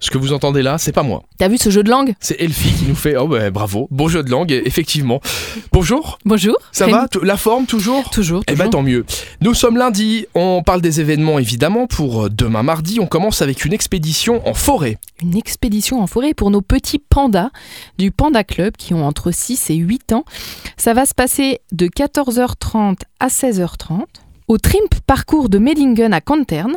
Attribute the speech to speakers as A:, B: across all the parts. A: Ce que vous entendez là, c'est pas moi.
B: T'as vu ce jeu de langue
A: C'est Elfie qui nous fait oh bah, bravo, bon jeu de langue, e-, effectivement. Bonjour,
B: Bonjour.
A: ça
B: Rémi.
A: va T- La forme toujours
B: Toujours.
A: eh ben
B: toujours.
A: tant mieux. Nous sommes lundi, on parle des événements évidemment pour euh, demain mardi, on commence avec une expédition en forêt.
B: Une expédition en forêt pour nos petits pandas du Panda Club qui ont entre 6 et 8 ans. Ça va se passer de 14h30 à 16h30 au Trimp Parcours de Medingen à Canterne.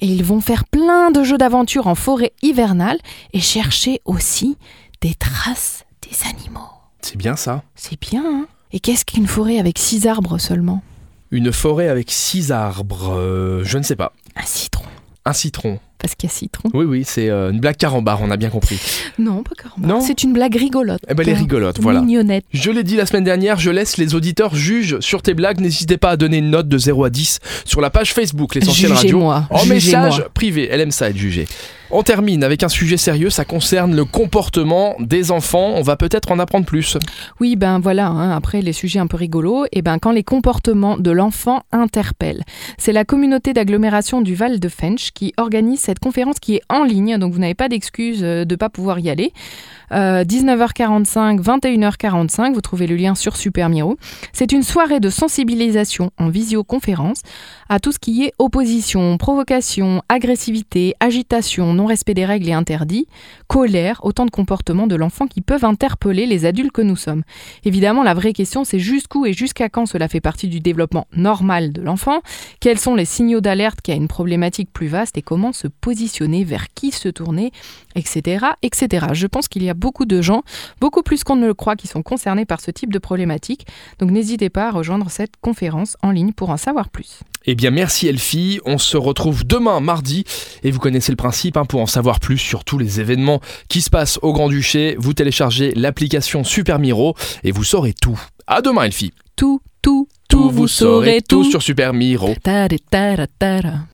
B: Et ils vont faire plein de jeux d'aventure en forêt hivernale et chercher aussi des traces des animaux.
A: C'est bien ça.
B: C'est bien, hein Et qu'est-ce qu'une forêt avec 6 arbres seulement
A: Une forêt avec six arbres, euh, je ne sais pas.
B: Un citron.
A: Un citron.
B: Parce qu'il y a citron.
A: Oui oui, c'est euh, une blague carambar, on a bien compris.
B: Non, pas
A: Non.
B: carrément. C'est une blague rigolote.
A: Eh ben les rigolotes, voilà.
B: Mignonnette.
A: Je l'ai dit la semaine dernière, je laisse les auditeurs jugent sur tes blagues. N'hésitez pas à donner une note de 0 à 10 sur la page Facebook L'Essentiel Radio. Oh,
B: Jugez-moi.
A: En
B: jugez-moi.
A: message privé, elle aime ça être jugée. On termine avec un sujet sérieux, ça concerne le comportement des enfants. On va peut-être en apprendre plus.
B: Oui, ben voilà, hein, après les sujets un peu rigolos, et ben quand les comportements de l'enfant interpellent. C'est la communauté d'agglomération du Val de Fench qui organise cette conférence qui est en ligne, donc vous n'avez pas d'excuse euh, de ne pas pouvoir y aller. Euh, 19h45, 21h45, vous trouvez le lien sur Super Miro. C'est une soirée de sensibilisation en visioconférence à tout ce qui est opposition, provocation, agressivité, agitation, non-respect des règles et interdits colère, autant de comportements de l'enfant qui peuvent interpeller les adultes que nous sommes. Évidemment, la vraie question, c'est jusqu'où et jusqu'à quand cela fait partie du développement normal de l'enfant, quels sont les signaux d'alerte qui a une problématique plus vaste et comment se positionner, vers qui se tourner, etc. etc. Je pense qu'il y a beaucoup de gens, beaucoup plus qu'on ne le croit, qui sont concernés par ce type de problématique, donc n'hésitez pas à rejoindre cette conférence en ligne pour en savoir plus.
A: Eh bien, merci Elfie. On se retrouve demain, mardi. Et vous connaissez le principe, hein, pour en savoir plus sur tous les événements qui se passent au Grand-Duché, vous téléchargez l'application Super Miro et vous saurez tout. À demain, Elfie.
B: Tout, tout, tout, vous saurez tout.
A: sur Super Miro.
B: Tara, tara, tara.